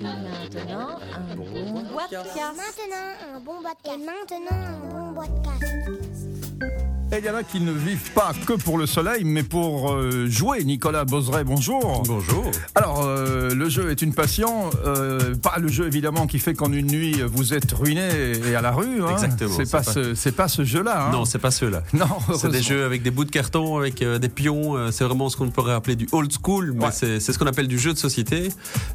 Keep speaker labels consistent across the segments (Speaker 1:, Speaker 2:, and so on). Speaker 1: Maintenant, un bon
Speaker 2: Maintenant, un bon boîte de Maintenant, un bon boîte de
Speaker 3: Et il y en a qui ne vivent pas que pour le soleil, mais pour euh, jouer. Nicolas Bozeret, bonjour.
Speaker 4: Bonjour.
Speaker 3: Alors, euh, le jeu est une passion. euh, pas le jeu, évidemment, qui fait qu'en une nuit, vous êtes ruiné et à la rue. hein.
Speaker 4: Exactement,
Speaker 3: C'est
Speaker 4: c'est
Speaker 3: pas,
Speaker 4: pas-
Speaker 3: ce- c'est pas ce jeu-là. hein.
Speaker 4: Non, c'est pas ceux-là.
Speaker 3: Non,
Speaker 4: C'est
Speaker 3: heureusement.
Speaker 4: des jeux avec des bouts de carton, avec euh, des pions. euh, c'est vraiment ce qu'on pourrait appeler du old school, mais
Speaker 3: Ouais.
Speaker 4: c'est c'est ce qu'on appelle du jeu de société.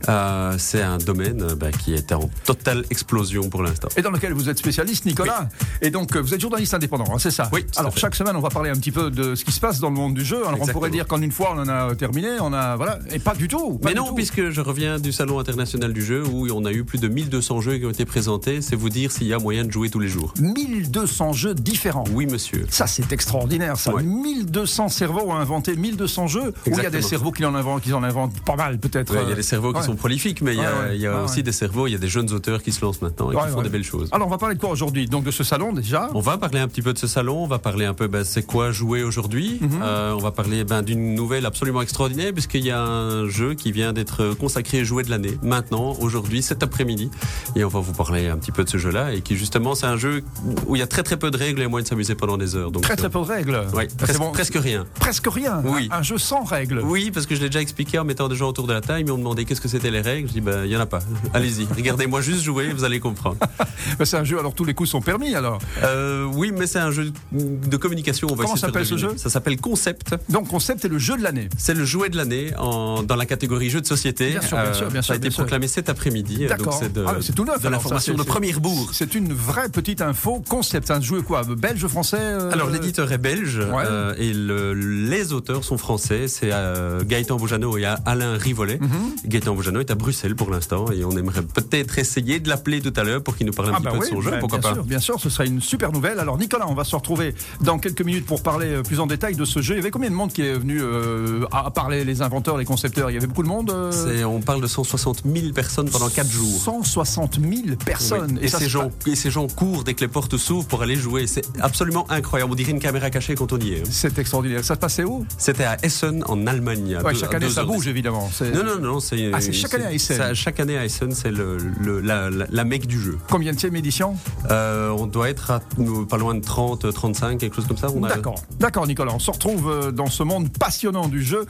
Speaker 4: Euh, c'est un domaine euh, bah, qui est en totale explosion pour l'instant.
Speaker 3: Et dans lequel vous êtes spécialiste, Nicolas. Et donc, euh, vous êtes journaliste indépendant, hein, c'est ça
Speaker 4: Oui, tout à
Speaker 3: Alors,
Speaker 4: fait.
Speaker 3: chaque semaine, on va parler un petit peu de ce qui se passe dans le monde du jeu. Alors, on
Speaker 4: Exactement.
Speaker 3: pourrait dire qu'en une fois, on en a terminé, on a. Voilà. Et pas du tout. pas
Speaker 4: Mais
Speaker 3: du
Speaker 4: non,
Speaker 3: tout.
Speaker 4: puisque je reviens du Salon international du jeu où on a eu plus de 1200 jeux qui ont été présentés, c'est vous dire s'il y a moyen de jouer tous les jours.
Speaker 3: 1200 jeux différents.
Speaker 4: Oui, monsieur.
Speaker 3: Ça, c'est extraordinaire, ça.
Speaker 4: Ouais.
Speaker 3: 1200 cerveaux à inventer, 1200 jeux. Ou il y a des
Speaker 4: Exactement.
Speaker 3: cerveaux qui en inventent, qui en inventent pas mal, peut-être. euh,
Speaker 4: Ouais, Il y a des cerveaux qui
Speaker 3: Ouais.
Speaker 4: sont prolifiques, mais il y a,
Speaker 3: Ouais, ouais.
Speaker 4: il y a
Speaker 3: Ouais,
Speaker 4: aussi
Speaker 3: ouais.
Speaker 4: des cerveaux, il y a des jeunes auteurs qui se lancent maintenant et
Speaker 3: Ouais,
Speaker 4: qui font
Speaker 3: ouais.
Speaker 4: des belles choses.
Speaker 3: Alors, on va parler de quoi aujourd'hui Donc, de ce salon, déjà.
Speaker 4: On va parler un petit peu de ce salon, on va parler un peu ben, c'est quoi jouer aujourd'hui. Euh, on va parler ben, d'une nouvelle absolument extraordinaire puisqu'il y a un jeu qui vient d'être consacré jouet de l'année maintenant, aujourd'hui, cet après-midi. Et on va vous parler un petit peu de ce jeu-là et qui justement c'est un jeu où il y a très très peu de règles et moyen de s'amuser pendant des heures. Donc,
Speaker 3: Très, très peu de règles.
Speaker 4: Oui,
Speaker 3: Ah, c'est
Speaker 4: presque,
Speaker 3: bon.
Speaker 4: presque rien.
Speaker 3: Presque rien.
Speaker 4: Oui.
Speaker 3: Un, un jeu sans règles.
Speaker 4: Oui, parce que je l'ai déjà expliqué en mettant des gens autour de la table, mais on me demandait qu'est-ce que c'était les règles. Je dis, ben, il y en a pas. Allez-y, regardez-moi juste jouer, vous allez comprendre.
Speaker 3: Mais Ben, C'est un jeu, alors tous les coups sont permis, alors.
Speaker 4: Euh, oui, mais c'est un jeu de communication. On va
Speaker 3: Comment
Speaker 4: essayer de
Speaker 3: s'appelle
Speaker 4: faire
Speaker 3: ce
Speaker 4: deviner.
Speaker 3: jeu
Speaker 4: Ça s'appelle Concept.
Speaker 3: Donc, concept est le jeu de l'année.
Speaker 4: C'est le jouet de l'année en- dans la catégorie jeu de société. Euh,
Speaker 3: Bien sûr, bien sûr, bien
Speaker 4: ça
Speaker 3: sûr,
Speaker 4: a été
Speaker 3: bien sûr.
Speaker 4: proclamé cet après-midi. euh,
Speaker 3: D'accord.
Speaker 4: donc C'est de,
Speaker 3: Ah, c'est tout neuf,
Speaker 4: de
Speaker 3: alors,
Speaker 4: l'information
Speaker 3: ça,
Speaker 4: de
Speaker 3: c'est-
Speaker 4: premier bourg.
Speaker 3: C'est une vraie petite info. Concept, un jeu quoi Belge, français euh,
Speaker 4: Alors l'éditeur est belge
Speaker 3: Ouais.
Speaker 4: euh, et le- les auteurs sont français. C'est euh, Gaëtan Boujano et Alain Rivolet.
Speaker 3: Mhm.
Speaker 4: Gaëtan Boujano est à Bruxelles pour l'instant et on aimerait peut-être essayer de l'appeler tout à l'heure pour qu'il nous parle un
Speaker 3: Ah
Speaker 4: petit
Speaker 3: bah
Speaker 4: peu
Speaker 3: oui,
Speaker 4: de son jeu.
Speaker 3: bah,
Speaker 4: pourquoi
Speaker 3: bien
Speaker 4: pas
Speaker 3: sûr, bien sûr, ce serait une super nouvelle. Alors Nicolas, on va se retrouver dans quelques minutes pour parler euh, plus en détail de ce jeu. Il y avait combien de monde qui est venu euh, à à parler les inventeurs, les concepteurs Il y avait beaucoup de monde euh,
Speaker 4: C'est- On parle de 160 000 personnes pendant 4 jours.
Speaker 3: 160 000 personnes.
Speaker 4: Oui. Et,
Speaker 3: ça,
Speaker 4: ces
Speaker 3: c'est
Speaker 4: gens,
Speaker 3: pas-
Speaker 4: et ces gens courent dès que les portes s'ouvrent pour aller jouer. C'est absolument incroyable. On dirait une caméra cachée quand on y est.
Speaker 3: C'est extraordinaire. Ça se passait où
Speaker 4: C'était à Essen en Allemagne. à
Speaker 3: Ouais,
Speaker 4: deux-
Speaker 3: Chaque
Speaker 4: à
Speaker 3: année,
Speaker 4: deux
Speaker 3: ça
Speaker 4: heures
Speaker 3: bouge évidemment. C'est-
Speaker 4: d'ici. Non, non, non, c'est.
Speaker 3: Ah, c'est chaque année à Essen.
Speaker 4: ça- Chaque année à Essen, c'est le, le- la, la, la mecque du jeu.
Speaker 3: Combien de édition
Speaker 4: Euh, on doit être à, nous, pas loin de 30, 35, quelque chose comme ça. On a-
Speaker 3: D'accord. D'accord, Nicolas. On se retrouve euh, dans ce monde passionnant du jeu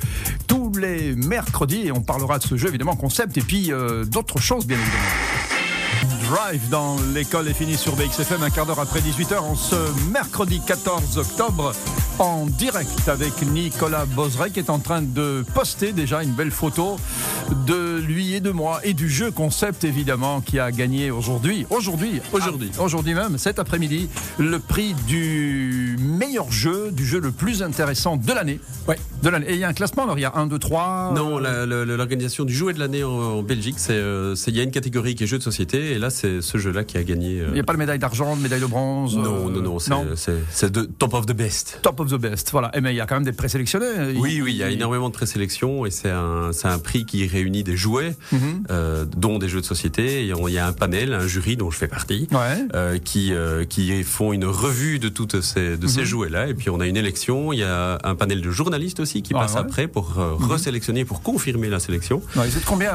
Speaker 3: tous les mercredis et on parlera de ce jeu, évidemment, concept et puis euh, d'autres choses, bien évidemment. Drive dans l'école est fini sur BXFM un quart d'heure après 18h en ce mercredi 14 octobre en direct avec Nicolas Bozeret qui est en train de poster déjà une belle photo de lui et de moi et du jeu concept évidemment qui a gagné aujourd'hui aujourd'hui
Speaker 4: Aujourd'hui.
Speaker 3: ah, aujourd'hui même cet après-midi le prix du meilleur jeu du jeu le plus intéressant de l'année
Speaker 4: Ouais.
Speaker 3: de l'année et il y a un euh, classement alors il y a 1 2 3
Speaker 4: Non, la- la- la- l'organisation du jouet de l'année en, en Belgique, c'est euh, c'est- il y a une catégorie qui est jeu de société, et là, c'est ce jeu-là qui a gagné. euh,
Speaker 3: il n'y a pas de médaille d'argent, de médaille de bronze
Speaker 4: non,
Speaker 3: euh,
Speaker 4: non, non, c'est- c'est c'est de top of the best.
Speaker 3: Top of the best, voilà. Et mais il y a quand même des présélectionnés. euh,
Speaker 4: Oui, oui, il y a énormément de présélections et c'est un, c'est un prix qui réunit des jouets,
Speaker 3: Mhm.
Speaker 4: euh, dont des jeux de société. Et on- Il y a un panel, un jury dont je fais partie,
Speaker 3: Ouais.
Speaker 4: euh, qui, euh, qui font une revue de toutes ces, de
Speaker 3: Mhm.
Speaker 4: ces jouets-là. Et puis on a une élection, il y a un panel de journalistes aussi qui
Speaker 3: Ah,
Speaker 4: passe
Speaker 3: ouais. Mhm.
Speaker 4: après pour euh, resélectionner, pour confirmer la sélection.
Speaker 3: Ouais, vous êtes combien euh,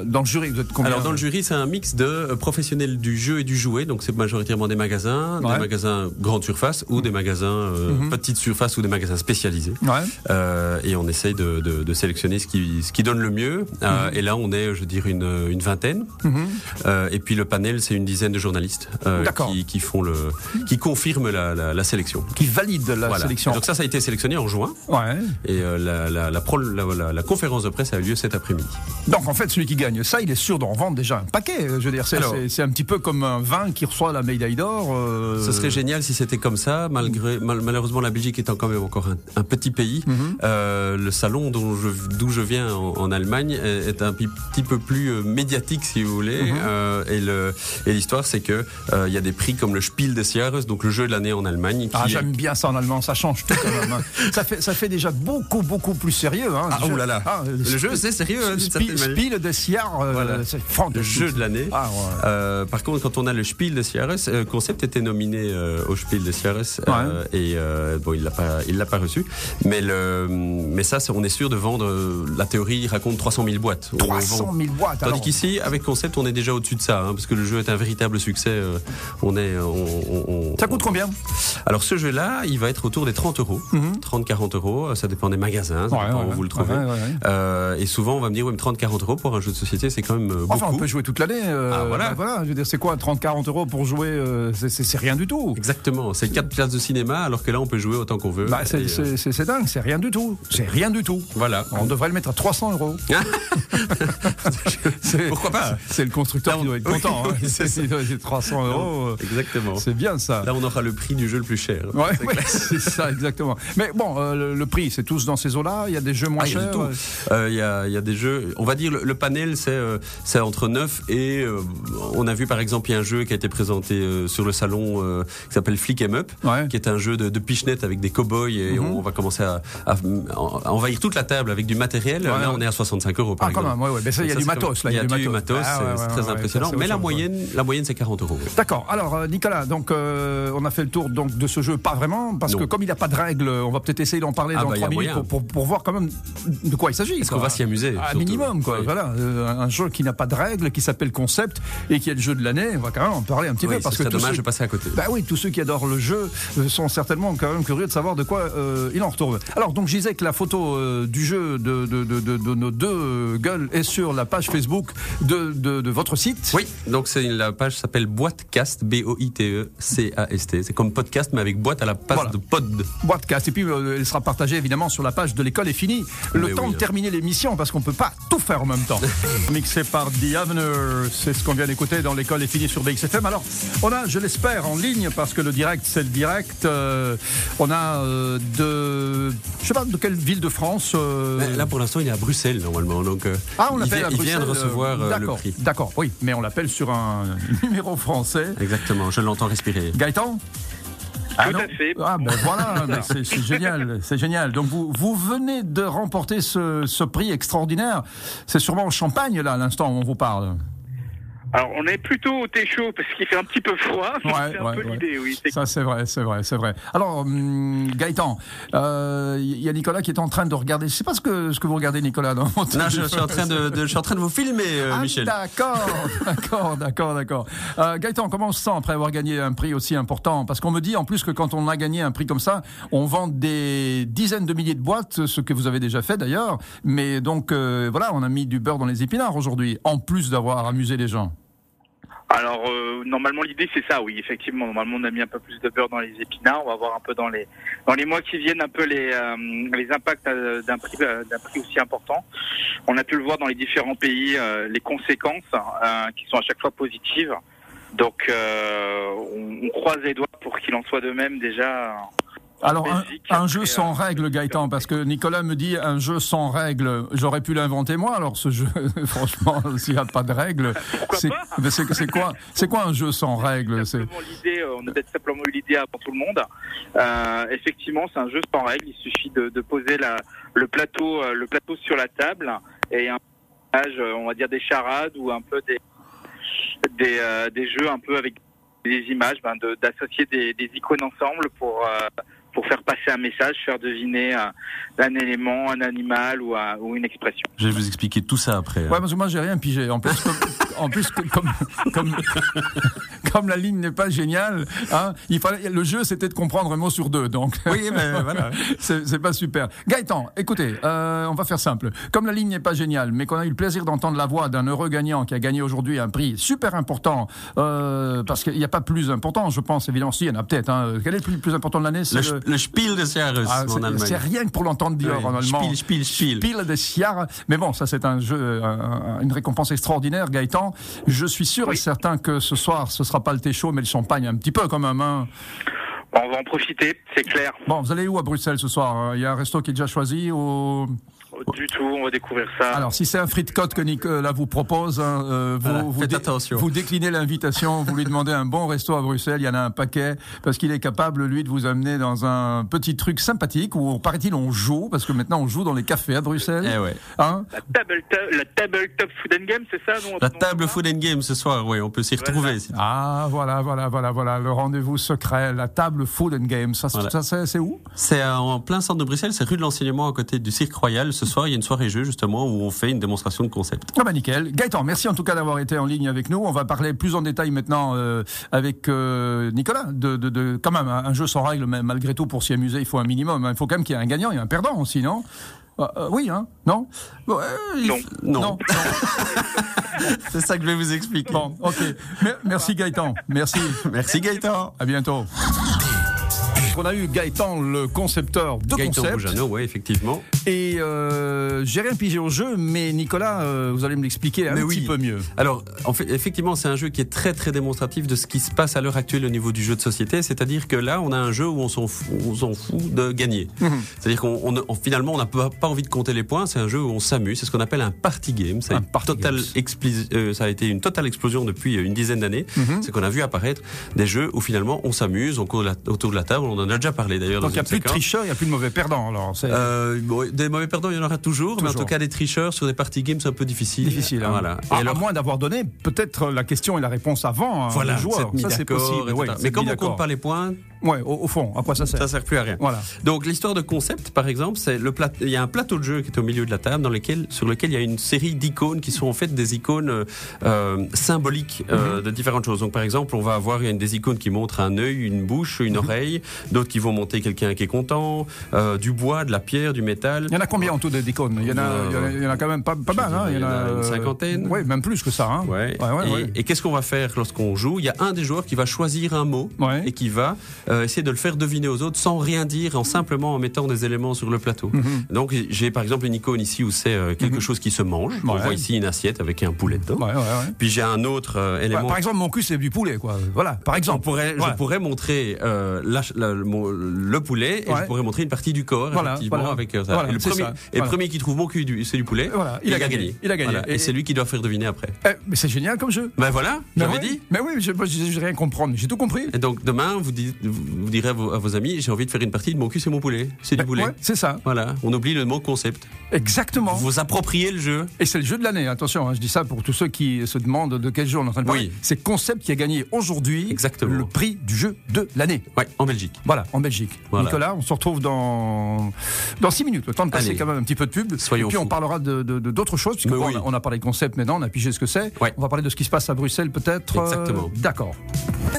Speaker 3: euh, dans le jury Vous êtes combien
Speaker 4: Alors dans le jury, c'est un mix de euh, professionnels du jeu et du jouet, donc c'est majoritairement des magasins,
Speaker 3: Ouais. Mhm.
Speaker 4: des magasins grande surface ou des magasins euh, petite surface ou des magasins spécialisés.
Speaker 3: Ouais.
Speaker 4: Euh, et on essaye de, de- de sélectionner ce qui, ce qui donne le mieux. Euh,
Speaker 3: Mhm.
Speaker 4: Et là, on est, je veux dire, une, une vingtaine. Euh, et puis le panel, c'est une dizaine de journalistes euh,
Speaker 3: Oh, D'accord.
Speaker 4: qui, qui font le, qui confirment la, la, la sélection.
Speaker 3: Qui valide la
Speaker 4: Voilà.
Speaker 3: sélection.
Speaker 4: Et Donc ça, ça a été sélectionné en juin.
Speaker 3: Ouais.
Speaker 4: Et euh, la, la, la, pro- la- la- la conférence de presse a eu lieu cet après-midi.
Speaker 3: Donc en fait, celui qui gagne ça, il est sûr d'en vendre déjà un paquet. euh, Je veux dire, c'est,
Speaker 4: Alors-
Speaker 3: c'est- c'est un petit peu comme un vin qui reçoit la médaille d'or. euh,
Speaker 4: Ce serait génial si c'était comme ça. Malgré, mal- malheureusement, la Belgique étant quand même encore un, un petit pays,
Speaker 3: Mhm.
Speaker 4: euh, le salon dont je, d'où je viens en, en Allemagne est, est un pi- petit peu plus euh, médiatique, si vous voulez.
Speaker 3: Mhm.
Speaker 4: Euh, et, le, et l'histoire, c'est que euh, il y a des prix comme le Spiel des Jahres, donc le jeu de l'année en Allemagne, qui
Speaker 3: Ah,
Speaker 4: est-
Speaker 3: j'aime bien ça en allemand, ça change tout quand même. hein. ça, fait, ça fait déjà beaucoup, beaucoup plus sérieux. hein,
Speaker 4: Ah,
Speaker 3: ce jeu.
Speaker 4: oh là là.
Speaker 3: Ah, euh,
Speaker 4: Le jeu, c'est sérieux, hein, d'une certaine
Speaker 3: Spi-
Speaker 4: manière.
Speaker 3: Spiel des Sierres, euh,
Speaker 4: Voilà.
Speaker 3: c'est fantastique.
Speaker 4: Le jeu de l'année.
Speaker 3: Ah, ouais.
Speaker 4: Euh, par contre, quand on a le Spiel de CRS, euh, Concept était nominé euh, au Spiel de CRS euh, et euh, bon, il l'a pas, il l'a pas reçu. Mais le, mais ça, c'est- on est sûr de vendre. euh, La théorie raconte 300 000 boîtes. On
Speaker 3: 300
Speaker 4: vend.
Speaker 3: 000 boîtes. alors.
Speaker 4: Tandis qu'ici, avec Concept, on est déjà au-dessus de ça, hein, parce que le jeu est un véritable succès. euh, on est, on, on- on-
Speaker 3: Ça coûte combien
Speaker 4: Alors ce jeu-là, il va être autour des 30 euros, 30-40 euros. euh, Ça dépend des magasins, ça
Speaker 3: Mhm. Ouais,
Speaker 4: dépend
Speaker 3: ouais,
Speaker 4: où vous le trouvez.
Speaker 3: ouais, ouais, ouais.
Speaker 4: Euh, et souvent, on va me dire, ouais, mais 30-40 euros pour un jeu de société, c'est quand même euh, beaucoup.
Speaker 3: Enfin, on peut jouer toute l'année. euh,
Speaker 4: Ah, voilà.
Speaker 3: bah, Je veux dire, c'est quoi 30-40 euros pour jouer euh, c'est- C'est c'est rien du tout.
Speaker 4: Exactement, c'est quatre places de cinéma alors que là on peut jouer autant qu'on veut.
Speaker 3: Bah, c'est-
Speaker 4: Et, euh,
Speaker 3: c'est c'est- c'est dingue, c'est rien du tout. C'est rien du tout.
Speaker 4: Voilà.
Speaker 3: On devrait le mettre à 300 euros. C'est-
Speaker 4: Pourquoi pas hein.
Speaker 3: C'est le constructeur
Speaker 4: Là, on-
Speaker 3: qui doit être
Speaker 4: Oui,
Speaker 3: content. hein.
Speaker 4: oui, c'est ça.
Speaker 3: Il doit être 300 euros. euh,
Speaker 4: Exactement.
Speaker 3: C'est bien ça.
Speaker 4: Là on aura le prix du jeu le plus cher.
Speaker 3: Ouais, ouais, c'est ça, exactement. Mais bon, euh, le, le prix, c'est tous dans ces eaux-là. Il y a des jeux moins
Speaker 4: Ah, il y a
Speaker 3: chers.
Speaker 4: du tout.
Speaker 3: euh,
Speaker 4: Euh, Il y, a, il y a des jeux. On va dire le, le panel, c'est euh, c'est entre 9 et euh, on a vu par exemple il y a un jeu qui a été présenté euh, sur le salon euh, qui s'appelle Flick 'em Up,
Speaker 3: Ouais. Mhm.
Speaker 4: qui est un jeu de, de pichenette avec des cowboys et on va commencer à, à- à envahir toute la table avec du matériel.
Speaker 3: Ouais,
Speaker 4: là
Speaker 3: ouais.
Speaker 4: on est à 65 euros par
Speaker 3: Ah, quand
Speaker 4: exemple.
Speaker 3: même, ouais, ouais. Ben ça, il y a
Speaker 4: Donc
Speaker 3: du
Speaker 4: c'est comme-
Speaker 3: matos, là,
Speaker 4: Il y a
Speaker 3: du
Speaker 4: du
Speaker 3: matos.
Speaker 4: matos,
Speaker 3: Ah, ouais,
Speaker 4: euh, c'est
Speaker 3: ouais,
Speaker 4: très
Speaker 3: ouais, ça,
Speaker 4: impressionnant.
Speaker 3: c'est
Speaker 4: Mais
Speaker 3: autre
Speaker 4: la
Speaker 3: chose, hein.
Speaker 4: moyenne, la moyenne, c'est 40 euros. oui.
Speaker 3: D'accord. Alors, euh, Nicolas, donc euh, on a fait le tour donc de ce jeu, pas vraiment, parce
Speaker 4: Non.
Speaker 3: que comme il n'y a pas de règles, on va peut-être essayer d'en parler
Speaker 4: Ah,
Speaker 3: dans
Speaker 4: bah, y
Speaker 3: trois
Speaker 4: a
Speaker 3: minutes pour,
Speaker 4: moyen.
Speaker 3: pour- pour voir quand même de quoi il s'agit.
Speaker 4: Est-ce
Speaker 3: quoi.
Speaker 4: qu'on va s'y amuser
Speaker 3: Un
Speaker 4: surtout
Speaker 3: minimum, quoi.
Speaker 4: Oui.
Speaker 3: Voilà, euh, un jeu qui n'a pas de règles, qui s'appelle Concept et qui est le jeu de l'année. On va quand même en parler un petit
Speaker 4: Oui,
Speaker 3: peu parce
Speaker 4: ce
Speaker 3: que
Speaker 4: serait
Speaker 3: tous
Speaker 4: dommage
Speaker 3: ceux-
Speaker 4: de passer à côté.
Speaker 3: Bah oui, tous ceux qui adorent le jeu euh, sont certainement quand même curieux de savoir de quoi euh, il en retourne. Alors donc je disais que la photo euh, du jeu de, de, de, de- de nos deux euh, gueules est sur la page Facebook de, de, de votre site.
Speaker 4: Oui, donc c'est la page s'appelle Boitecast, E B-O-I-T-E-C-A-S-T. C'est comme podcast, mais avec boîte à la place
Speaker 3: Voilà.
Speaker 4: de pod.
Speaker 3: Broadcast. Et puis, euh, elle sera partagée évidemment sur la page de l'école est finie. Le
Speaker 4: Mais
Speaker 3: temps
Speaker 4: oui,
Speaker 3: de
Speaker 4: hein.
Speaker 3: terminer l'émission parce qu'on peut pas tout faire en même temps. Mixé par The Avener, c'est ce qu'on vient d'écouter dans l'école est finie sur BXFM. Alors, on a, je l'espère, en ligne parce que le direct, c'est le direct. euh, on a euh, de, je sais pas, de quelle ville de France. euh,
Speaker 4: Mais Là, pour l'instant, il est à Bruxelles, normalement. Donc, euh,
Speaker 3: ah, on
Speaker 4: il
Speaker 3: l'appelle
Speaker 4: vient,
Speaker 3: à
Speaker 4: il vient de
Speaker 3: Bruxelles, euh,
Speaker 4: recevoir euh, le
Speaker 3: D'accord,
Speaker 4: prix.
Speaker 3: d'accord, oui, mais on l'appelle sur un numéro français.
Speaker 4: Exactement, je l'entends respirer.
Speaker 3: Gaëtan
Speaker 5: à
Speaker 3: non
Speaker 5: fait.
Speaker 3: Ah ben voilà, ben c'est c'est génial, c'est génial. Donc vous, vous venez de remporter ce, ce prix extraordinaire. C'est sûrement en Champagne là, à l'instant où on vous parle.
Speaker 5: Alors, on est plutôt au thé chaud parce qu'il fait un petit peu froid.
Speaker 3: Ouais,
Speaker 5: c'est un
Speaker 3: ouais,
Speaker 5: peu
Speaker 3: ouais.
Speaker 5: l'idée, oui. C'est-
Speaker 3: Ça c'est vrai, c'est vrai, c'est vrai. Alors hum, Gaëtan, euh, il y a Nicolas qui est en train de regarder. Je sais pas ce que ce que vous regardez Nicolas. Non,
Speaker 4: Non, je, je suis en train de, de- je suis en train de vous filmer, euh,
Speaker 3: Ah,
Speaker 4: Michel.
Speaker 3: D'accord, d'accord, d'accord, d'accord. Euh, Gaëtan, comment on se sent après avoir gagné un prix aussi important Parce qu'on me dit en plus que quand on a gagné un prix comme ça, on vend des dizaines de milliers de boîtes, ce que vous avez déjà fait d'ailleurs. Mais donc euh, voilà, on a mis du beurre dans les épinards aujourd'hui, en plus d'avoir amusé les gens.
Speaker 5: Alors, euh, normalement, l'idée, c'est ça, oui, effectivement. Normalement, on a mis un peu plus de beurre dans les épinards. On va voir un peu dans les, dans les mois qui viennent un peu les, euh, les impacts euh, d'un prix, euh, d'un prix aussi important. On a pu le voir dans les différents pays, euh, les conséquences euh, qui sont à chaque fois positives. Donc, euh, on, on croise les doigts pour qu'il en soit de même déjà. en
Speaker 3: Alors un,
Speaker 5: Belgique,
Speaker 3: un
Speaker 5: après,
Speaker 3: jeu sans
Speaker 5: euh,
Speaker 3: règles, Gaëtan, parce que Nicolas me dit un jeu sans règles. J'aurais pu l'inventer moi. Alors ce jeu, franchement, s'il n'y a pas de règles,
Speaker 5: Pourquoi
Speaker 3: c'est
Speaker 5: pas
Speaker 3: mais c'est- c'est quoi, c'est quoi un jeu sans règles C'est-
Speaker 5: simplement l'idée, euh, on a peut-être simplement eu l'idée avant tout le monde. Euh, effectivement, c'est un jeu sans règles. Il suffit de, de poser la, le plateau, euh, le plateau sur la table et un personnage, euh, on va dire des charades ou un peu des des, euh, des jeux un peu avec des images, ben, de- d'associer des, des icônes ensemble pour euh, pour faire passer un message, faire deviner euh, un élément, un animal ou, un- ou une expression.
Speaker 4: Je vais vous expliquer tout ça après. hein.
Speaker 3: Ouais, parce que moi j'ai rien pigé. En plus, comme, en plus, que- comme, comme, comme la ligne n'est pas géniale, hein, il fallait, le jeu c'était de comprendre un mot sur deux. Donc,
Speaker 4: Oui, mais voilà.
Speaker 3: c'est c'est pas super. Gaëtan, écoutez, euh, on va faire simple. Comme la ligne n'est pas géniale, mais qu'on a eu le plaisir d'entendre la voix d'un heureux gagnant qui a gagné aujourd'hui un prix super important, euh, parce qu'il n'y a pas plus important, je pense, évidemment, si, il y en a peut-être. hein. Quel est le plus, le plus important de l'année C'est
Speaker 4: Le,
Speaker 3: le-
Speaker 4: sch- le Spiel de CRS
Speaker 3: Ah,
Speaker 4: en
Speaker 3: c'est-
Speaker 4: Allemagne.
Speaker 3: c'est rien que pour l'entendre dire
Speaker 4: Oui.
Speaker 3: en allemand.
Speaker 4: Spiel, Spiel, Spiel.
Speaker 3: Pile des Siards. Mais bon, ça c'est un jeu, un- un- une récompense extraordinaire, Gaëtan. Je suis sûr et certain que ce soir, ce sera pas le thé chaud, mais le champagne un petit peu quand même. hein.
Speaker 5: Bon, on va en profiter, c'est clair.
Speaker 3: Bon, vous allez où à Bruxelles ce soir hein Il y a un resto qui est déjà choisi ou...
Speaker 5: du tout. On va découvrir ça.
Speaker 3: Alors, si c'est un fricot que Nicolas vous propose, hein, euh, vous,
Speaker 4: Voilà,
Speaker 3: vous
Speaker 4: faites attention.
Speaker 3: vous déclinez l'invitation, vous lui demandez un bon resto à Bruxelles, il y en a un paquet, parce qu'il est capable, lui, de vous amener dans un petit truc sympathique où, paraît-il, on joue, parce que maintenant on joue dans les cafés à Bruxelles.
Speaker 4: Eh ouais.
Speaker 3: Hein
Speaker 5: La table, to- la table top food and game, c'est ça non
Speaker 4: La table Food and Game ce soir, oui, on peut s'y retrouver. si-
Speaker 3: ah, voilà, voilà, voilà, voilà, le rendez-vous secret, la table Food and Games. Ça, c'est-
Speaker 4: Voilà.
Speaker 3: ça, c'est c'est où
Speaker 4: C'est euh, en plein centre de Bruxelles, c'est rue de l'enseignement à côté du Cirque Royal. Ce soir, il y a une soirée jeu justement où on fait une démonstration de concept.
Speaker 3: Ah bah nickel. Gaëtan, merci en tout cas d'avoir été en ligne avec nous. On va parler plus en détail maintenant euh, avec euh, Nicolas. De, de, de- quand même, un un jeu sans règles, mais malgré tout, pour s'y amuser, il faut un minimum. Il faut quand même qu'il y ait un gagnant et un perdant aussi, non Euh, euh, Oui, hein Non Bon, euh, il-
Speaker 5: Non.
Speaker 4: Non.
Speaker 3: Non.
Speaker 4: C'est ça que je vais vous expliquer.
Speaker 3: Bon, ok. Mer- Merci Gaëtan. Merci.
Speaker 4: Merci Gaëtan.
Speaker 3: À bientôt. On a eu Gaëtan, le concepteur de
Speaker 4: Gaëtan
Speaker 3: concept.
Speaker 4: Boujano, ouais, effectivement.
Speaker 3: Et euh, j'ai rien pigé au jeu, mais Nicolas, euh, vous allez me l'expliquer un
Speaker 4: Mais
Speaker 3: petit
Speaker 4: oui.
Speaker 3: peu mieux.
Speaker 4: Alors, en fait, effectivement, c'est un jeu qui est très très démonstratif de ce qui se passe à l'heure actuelle au niveau du jeu de société. C'est-à-dire que là, on a un jeu où on s'en fout, on s'en fout de gagner.
Speaker 3: Mhm.
Speaker 4: C'est-à-dire qu'on on, on- finalement, on n'a pas, pas envie de compter les points. C'est un jeu où on s'amuse. C'est ce qu'on appelle un party game. Ça a,
Speaker 3: Un
Speaker 4: une
Speaker 3: party
Speaker 4: totale
Speaker 3: games.
Speaker 4: expli- euh, ça a été une totale explosion depuis euh, une dizaine d'années.
Speaker 3: Mhm.
Speaker 4: C'est qu'on a vu apparaître des jeux où finalement on s'amuse, on court la- autour de la table. On en a déjà parlé d'ailleurs.
Speaker 3: Donc
Speaker 4: dans
Speaker 3: il n'y a
Speaker 4: une
Speaker 3: plus de
Speaker 4: séquence.
Speaker 3: tricheur, il n'y a plus de mauvais perdant. Alors, c'est-
Speaker 4: Euh, bon, des mauvais perdants, il y en aura toujours, mais en
Speaker 3: Toujours.
Speaker 4: tout cas des tricheurs sur des party games, c'est un peu difficile.
Speaker 3: difficile. hein.
Speaker 4: Voilà. Et
Speaker 3: Ah,
Speaker 4: alors-
Speaker 3: à moins d'avoir donné peut-être la question et la réponse avant hein,
Speaker 4: Voilà,
Speaker 3: les joueurs.
Speaker 4: c'est mis
Speaker 3: Ça, c'est
Speaker 4: d'accord,
Speaker 3: possible.
Speaker 4: etc.
Speaker 3: ouais, c'est
Speaker 4: mais comme
Speaker 3: mis
Speaker 4: on
Speaker 3: d'accord.
Speaker 4: compte pas les points,
Speaker 3: Ouais, au, au fond, à quoi ça sert
Speaker 4: ça sert plus à rien.
Speaker 3: Voilà.
Speaker 4: Donc l'histoire de concept, par exemple, c'est le plat- il y a un plateau de jeu qui est au milieu de la table dans lequel, sur lequel il y a une série d'icônes qui sont en fait des icônes euh, euh, symboliques euh, de différentes choses. Donc par exemple, on va avoir il y a une des icônes qui montrent un œil, une bouche, une oreille, d'autres qui vont monter quelqu'un qui est content, euh, du bois, de la pierre, du métal.
Speaker 3: Il y en a combien en tout des déconnes il y, en a,
Speaker 4: Euh,
Speaker 3: il y en a- il y en a quand même pas, pas
Speaker 4: je
Speaker 3: mal. hein,
Speaker 4: dirais, il y en a une
Speaker 3: euh,
Speaker 4: cinquantaine.
Speaker 3: Ouais, même plus que ça. Hein.
Speaker 4: Ouais.
Speaker 3: Ouais, ouais,
Speaker 4: et
Speaker 3: ouais.
Speaker 4: et qu'est-ce qu'on va faire lorsqu'on joue Il y a un des joueurs qui va choisir un mot
Speaker 3: Ouais.
Speaker 4: et qui va euh, essayer de le faire deviner aux autres sans rien dire, en simplement en mettant des éléments sur le plateau.
Speaker 3: Mhm.
Speaker 4: Donc j'ai par exemple une icône ici où c'est euh, quelque chose qui se mange. On
Speaker 3: Ouais.
Speaker 4: voit ici une assiette avec un poulet dedans.
Speaker 3: Ouais, ouais, ouais.
Speaker 4: Puis j'ai un autre euh,
Speaker 3: Bah,
Speaker 4: élément.
Speaker 3: par exemple, mon cul, c'est du poulet, quoi. Voilà, par
Speaker 4: On
Speaker 3: exemple.
Speaker 4: pourrait,
Speaker 3: Voilà.
Speaker 4: Je pourrais montrer euh, la ch- la- le, mon- le poulet et
Speaker 3: Ouais.
Speaker 4: je pourrais montrer une partie du corps
Speaker 3: Voilà,
Speaker 4: effectivement
Speaker 3: voilà.
Speaker 4: avec euh, ça.
Speaker 3: Voilà,
Speaker 4: et le
Speaker 3: c'est
Speaker 4: premier,
Speaker 3: ça.
Speaker 4: et le
Speaker 3: Voilà.
Speaker 4: premier qui trouve mon cul du- c'est du poulet,
Speaker 3: Voilà, il a gagné. Il a gagné.
Speaker 4: Voilà. Et,
Speaker 3: Et-
Speaker 4: c'est lui qui doit faire deviner après.
Speaker 3: Eh, mais c'est génial comme jeu.
Speaker 4: Ben voilà,
Speaker 3: Mais
Speaker 4: j'avais
Speaker 3: ouais.
Speaker 4: dit.
Speaker 3: Mais oui, je n'ai rien comprendre. J'ai tout compris.
Speaker 4: Et donc demain, vous, dites- vous direz à vos, à vos amis, j'ai envie de faire une partie de mon cul, c'est mon poulet. C'est du
Speaker 3: Bah,
Speaker 4: poulet.
Speaker 3: ouais, c'est ça,
Speaker 4: Voilà, on oublie le mot concept.
Speaker 3: exactement.
Speaker 4: Vous appropriez le jeu.
Speaker 3: Et c'est le jeu de l'année, attention, hein, je dis ça pour tous ceux qui se demandent de quel jeu on est en train de parler.
Speaker 4: Oui.
Speaker 3: C'est Concept qui a gagné aujourd'hui
Speaker 4: Exactement.
Speaker 3: le prix du jeu de l'année.
Speaker 4: Ouais, en Belgique.
Speaker 3: Voilà, en Belgique.
Speaker 4: Voilà.
Speaker 3: Nicolas, on se retrouve dans dans six minutes. Le temps de passer
Speaker 4: Allez.
Speaker 3: quand même un petit peu de pub. Et
Speaker 4: Soyons
Speaker 3: puis on
Speaker 4: fous.
Speaker 3: parlera de de- de- d'autres choses puisque
Speaker 4: Mais
Speaker 3: bon,
Speaker 4: oui.
Speaker 3: on a parlé de concept maintenant, on a pigé ce que c'est.
Speaker 4: Ouais.
Speaker 3: On va parler de ce qui se passe à Bruxelles peut-être. euh,
Speaker 4: Exactement.
Speaker 3: D'accord.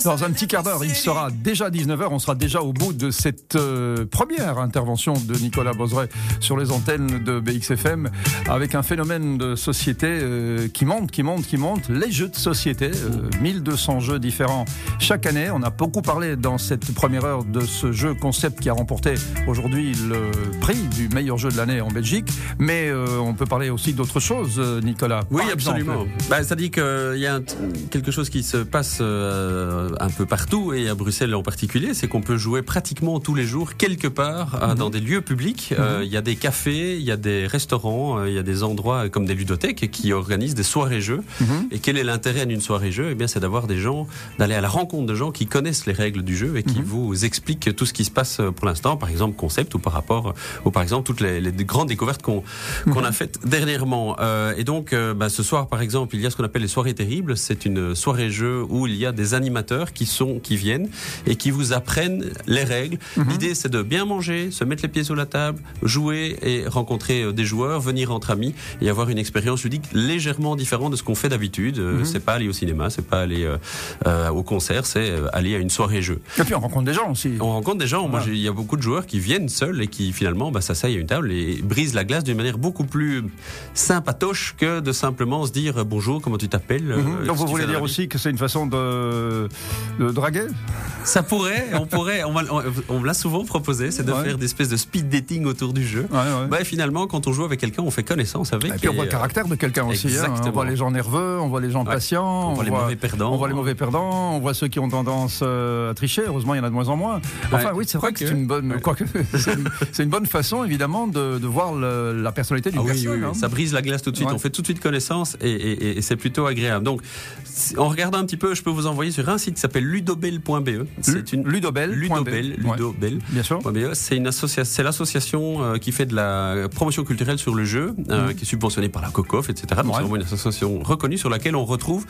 Speaker 3: Dans un petit quart d'heure, il sera déjà 19h, on sera déjà au bout de cette euh, première intervention de Nicolas Bozeret sur les antennes de BXFM avec un phénomène de société euh, qui monte, qui monte, qui monte, les jeux de société, euh, 1200 jeux différents chaque année. On a beaucoup parlé dans cette première heure de ce jeu concept qui a remporté aujourd'hui le prix du meilleur jeu de l'année en Belgique, mais euh, on peut parler aussi d'autres choses, euh, Nicolas.
Speaker 4: Oui,
Speaker 3: Par exemple,
Speaker 4: absolument. Bah, ça dit qu'il y a un t- quelque chose qui se passe euh, un peu partout, et à Bruxelles en particulier, c'est qu'on peut jouer pratiquement tous les jours, quelque part,
Speaker 3: Mhm.
Speaker 4: euh, dans des lieux publics. Euh, Il y a des cafés, il y a des restaurants, euh, il y a des endroits comme des ludothèques qui organisent des soirées-jeux.
Speaker 3: Mhm.
Speaker 4: Et quel est l'intérêt d'une soirée-jeu Eh bien, c'est d'avoir des gens, d'aller à la rencontre de gens qui connaissent les règles du jeu et qui
Speaker 3: Mhm.
Speaker 4: vous expliquent tout ce qui se passe euh, pour l'instant, par exemple, concept ou par rapport, ou par exemple, toutes les, les grandes découvertes qu'on qu'on a faites dernièrement. Euh, et donc, euh, bah, ce soir, par exemple, il y a ce qu'on appelle les soirées terribles. C'est une soirée jeu où il y a des animateurs qui sont, qui viennent et qui vous apprennent les règles. L'idée, c'est de bien manger, se mettre les pieds sous la table, jouer et rencontrer euh, des joueurs, venir entre amis et avoir une expérience ludique légèrement différente de ce qu'on fait d'habitude. Euh, C'est pas aller au cinéma, c'est pas aller euh, euh, au concert, c'est euh, aller à une soirée jeu.
Speaker 3: Et puis on rencontre des gens aussi.
Speaker 4: On rencontre des gens. Moi,
Speaker 3: Voilà.
Speaker 4: j'ai- il y a beaucoup de joueurs qui viennent seuls et qui finalement bah, s'asseyent à une table et brisent la glace d'une manière beaucoup plus sympatoche que de simplement se dire euh, bonjour, comment tu t'appelles. euh,
Speaker 3: Mhm.
Speaker 4: qu'est-ce
Speaker 3: Donc vous
Speaker 4: que tu
Speaker 3: voulez
Speaker 4: fais dans
Speaker 3: dire
Speaker 4: la vie
Speaker 3: aussi que c'est une façon de de draguer
Speaker 4: Ça pourrait, on pourrait, on, m'a- on- on me l'a souvent proposé, c'est de
Speaker 3: Ouais.
Speaker 4: faire des espèces de speed dating autour du jeu.
Speaker 3: Ouais, ouais.
Speaker 4: Bah, finalement, quand on joue avec quelqu'un, on fait connaissance avec.
Speaker 3: Et puis on voit
Speaker 4: et,
Speaker 3: le
Speaker 4: euh,
Speaker 3: caractère de quelqu'un aussi. hein. On
Speaker 4: Eh ben, exactement.
Speaker 3: voit les gens nerveux, on voit les gens
Speaker 4: Ouais.
Speaker 3: patients,
Speaker 4: On voit les mauvais perdants.
Speaker 3: on voit les mauvais perdants, on voit ceux qui ont tendance euh, à tricher. Heureusement, il y en a de moins en moins. Enfin,
Speaker 4: Ouais.
Speaker 3: oui, c'est vrai que
Speaker 4: Quoique.
Speaker 3: c'est une bonne,
Speaker 4: Ouais.
Speaker 3: quoique, c'est une- c'est une bonne façon évidemment de, de voir le- la personnalité d'une
Speaker 4: Ah oui,
Speaker 3: personne.
Speaker 4: oui, oui.
Speaker 3: hein.
Speaker 4: ça brise la glace tout de suite.
Speaker 3: Ouais.
Speaker 4: On fait tout de suite connaissance et, et- et- et c'est plutôt agréable. Donc, si- en regardant un petit peu, je peux vous envoyer sur un site qui s'appelle ludobel.be. C'est une
Speaker 3: Ludobel.
Speaker 4: Ludobel,
Speaker 3: Ouais.
Speaker 4: Ludobel.
Speaker 3: Bien sûr.
Speaker 4: Point BE, C'est une associa- c'est l'association euh, qui fait de la promotion culturelle sur le jeu, euh, qui est subventionnée par la COCOF, etc. Donc
Speaker 3: Mhm. Ouais.
Speaker 4: C'est vraiment une association reconnue sur laquelle on retrouve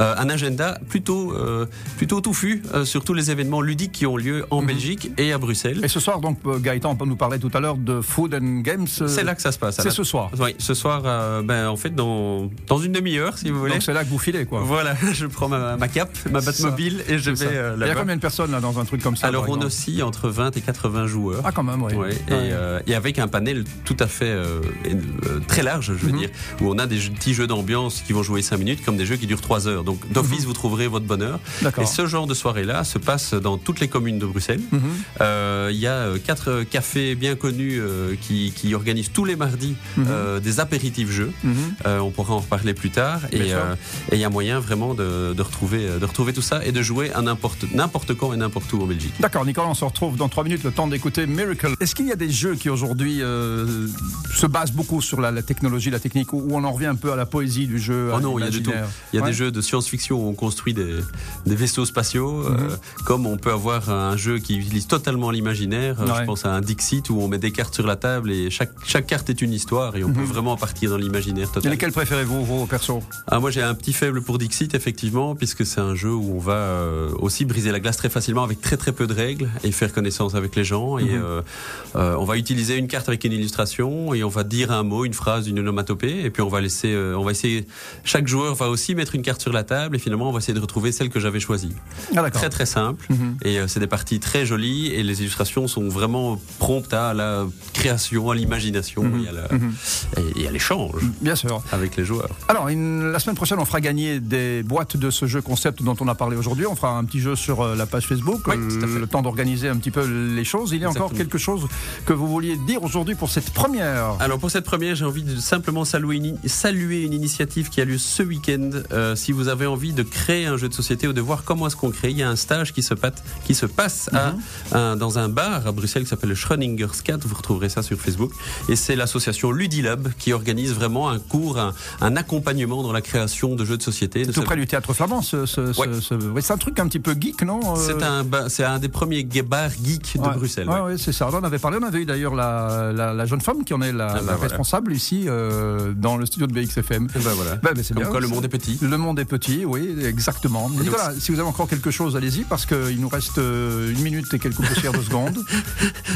Speaker 4: euh, un agenda plutôt euh, plutôt touffu euh, sur tous les événements ludiques qui ont lieu en Belgique et à Bruxelles.
Speaker 3: Mhm. Et ce soir, donc, euh, Gaëtan nous parlait tout à l'heure de Food and Games. euh,
Speaker 4: C'est là que ça se passe. à
Speaker 3: c'est
Speaker 4: la-
Speaker 3: ce soir.
Speaker 4: Oui, ce soir, euh, ben, en fait, dans, dans une demi-heure, si vous voulez.
Speaker 3: Donc c'est là que vous filez, quoi.
Speaker 4: Voilà, je prends ma, ma cape, ma batte
Speaker 3: C'est ça.
Speaker 4: mobile et je vais
Speaker 3: Ça.
Speaker 4: euh,
Speaker 3: Il y a
Speaker 4: là-bas.
Speaker 3: combien de personnes là dans un truc comme ça
Speaker 4: Alors,
Speaker 3: par
Speaker 4: on
Speaker 3: exemple
Speaker 4: oscille entre 20 et 80 joueurs.
Speaker 3: Ah, quand même, oui.
Speaker 4: Ouais, et, euh, et avec un panel tout à fait euh, et, euh, très large,
Speaker 3: Mhm.
Speaker 4: je veux dire, où on a des jeux- petits jeux d'ambiance qui vont jouer 5 minutes comme des jeux qui durent 3 heures. Donc d'office, vous trouverez votre bonheur.
Speaker 3: Mhm. D'accord. Mhm.
Speaker 4: Et ce genre de soirée-là se passe dans toutes les communes de Bruxelles. Euh, Il y a euh, quatre euh, cafés bien connus euh, qui, qui organisent tous les mardis euh, des apéritifs jeux.
Speaker 3: Mhm.
Speaker 4: Euh, on pourra en reparler plus tard.
Speaker 3: Bien
Speaker 4: Et
Speaker 3: sûr.
Speaker 4: euh, et il y a moyen vraiment de, de retrouver, euh, de retrouver tout ça et de jouer à n'importe n'importe quand et n'importe où en Belgique.
Speaker 3: D'accord, Nicolas, on se retrouve dans 3 minutes, le temps d'écouter Miracle. Est-ce qu'il y a des jeux qui aujourd'hui euh, se basent beaucoup sur la, la technologie, la technique, où on en revient un peu à la poésie du jeu
Speaker 4: Oh
Speaker 3: à
Speaker 4: non, il y a du tout.
Speaker 3: l'imaginaire
Speaker 4: Il y a
Speaker 3: Ouais.
Speaker 4: des jeux de science-fiction où on construit des, des vaisseaux spatiaux, euh,
Speaker 3: Mhm.
Speaker 4: comme on peut avoir un jeu qui utilise totalement l'imaginaire. Euh,
Speaker 3: Ouais.
Speaker 4: Je pense à un Dixit où on met des cartes sur la table et chaque, chaque carte est une histoire et on
Speaker 3: Mhm.
Speaker 4: peut vraiment partir dans l'imaginaire
Speaker 3: Et
Speaker 4: total.
Speaker 3: lesquels préférez-vous, vos perso
Speaker 4: Ah, moi j'ai un petit faible pour Dixit effectivement puisque c'est un jeu où on va euh, aussi briser la glace très facilement avec très très peu de règles et faire connaissance avec les gens et euh, euh, on va utiliser une carte avec une illustration et on va dire un mot, une phrase, une onomatopée et puis on va laisser, euh, on va essayer chaque joueur va aussi mettre une carte sur la table et finalement on va essayer de retrouver celle que j'avais choisie.
Speaker 3: Ah, d'accord.
Speaker 4: Très très simple et euh, c'est des parties très jolies et les illustrations sont vraiment promptes à la création, à l'imagination et à la- et- et à l'échange
Speaker 3: Bien sûr.
Speaker 4: avec les joueurs.
Speaker 3: Alors, une- la semaine prochaine, on fera gagner des boîtes de ce jeu concept dont on a parlé aujourd'hui. On fera un petit jeu sur euh, la page Facebook,
Speaker 4: Oui,
Speaker 3: euh,
Speaker 4: tout à fait.
Speaker 3: le temps d'organiser un petit peu les choses. Il y a encore
Speaker 4: Exactement.
Speaker 3: quelque chose que vous vouliez dire aujourd'hui pour cette première.
Speaker 4: Alors pour cette première, j'ai envie de simplement saluer une, saluer une initiative qui a lieu ce week-end. Euh, si vous avez envie de créer un jeu de société ou de voir comment est-ce qu'on crée, il y a un stage qui se, pat- qui se passe à-
Speaker 3: Mhm.
Speaker 4: un- dans un bar à Bruxelles qui s'appelle le Schrödinger's Cat. Vous retrouverez ça sur Facebook. Et c'est l'association Ludilab qui organise vraiment un cours, un, un accompagnement dans la création de jeux de société. De
Speaker 3: Tout
Speaker 4: cette-
Speaker 3: près du théâtre flamand, ce- ce- ce-
Speaker 4: Ouais.
Speaker 3: ce- ouais, c'est un truc un petit peu geek, non euh,
Speaker 4: C'est un, ba- c'est un des premiers ga- bars geeks de
Speaker 3: Ouais.
Speaker 4: Bruxelles.
Speaker 3: Ouais,
Speaker 4: ouais.
Speaker 3: ouais, c'est ça. On en avait parlé. On avait eu d'ailleurs la, la, la jeune femme qui en est la,
Speaker 4: Ah bah
Speaker 3: la
Speaker 4: voilà.
Speaker 3: responsable ici euh, dans le studio de BXFM.
Speaker 4: Et ben voilà.
Speaker 3: Bah, mais c'est
Speaker 4: Comme
Speaker 3: bien,
Speaker 4: quoi le
Speaker 3: c'est-
Speaker 4: monde est petit.
Speaker 3: Le monde est petit, oui, exactement. Nicolas, si vous avez encore quelque chose, allez-y, parce qu'il nous reste euh, une minute et quelques poussières de secondes.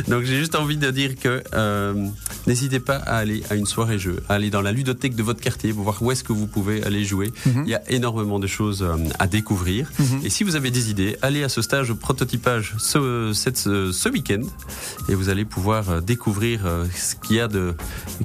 Speaker 4: Donc j'ai juste envie de dire que euh, n'hésitez pas à aller à une soirée jeu, à aller dans la ludothèque de votre quartier pour voir où est-ce que vous pouvez aller jouer.
Speaker 3: Mhm.
Speaker 4: Il y a énormément de choses euh, à découvrir. Et si vous avez des idées, allez à ce stage de prototypage ce, cette- ce- ce week-end et vous allez pouvoir euh, découvrir euh, ce qu'il y a de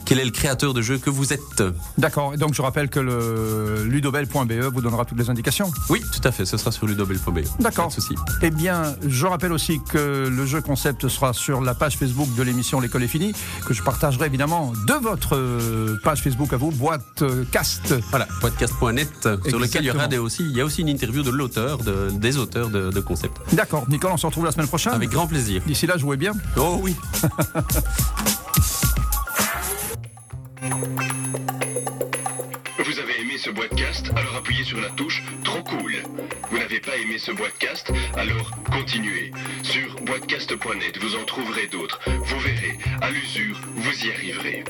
Speaker 4: quel est le créateur de jeu que vous êtes.
Speaker 3: D'accord, et donc je rappelle que le ludobel.be E vous donnera toutes les indications.
Speaker 4: Oui, tout à fait. Ce sera sur ludobel.be.
Speaker 3: D'accord.
Speaker 4: Pas de souci.
Speaker 3: Eh bien, je rappelle aussi que le jeu concept sera sur la page Facebook de l'émission L'école est finie, que je partagerai évidemment de votre euh, page Facebook à vous, boîte euh, cast.
Speaker 4: Voilà, podcast.net euh, sur lequel il y aura
Speaker 3: Exactement.
Speaker 4: des aussi il y a aussi une interview de l'auteur de- des auteurs de, de concept.
Speaker 3: D'accord, Nicolas, on se retrouve la semaine prochaine.
Speaker 4: Avec grand plaisir.
Speaker 3: D'ici là, jouez bien.
Speaker 4: Oh oui.
Speaker 6: Vous avez aimé ce podcast Alors appuyez sur la touche Trop cool. Vous n'avez pas aimé ce podcast Alors continuez. Sur boitcast.net, vous en trouverez d'autres. Vous verrez, à l'usure, vous y arriverez.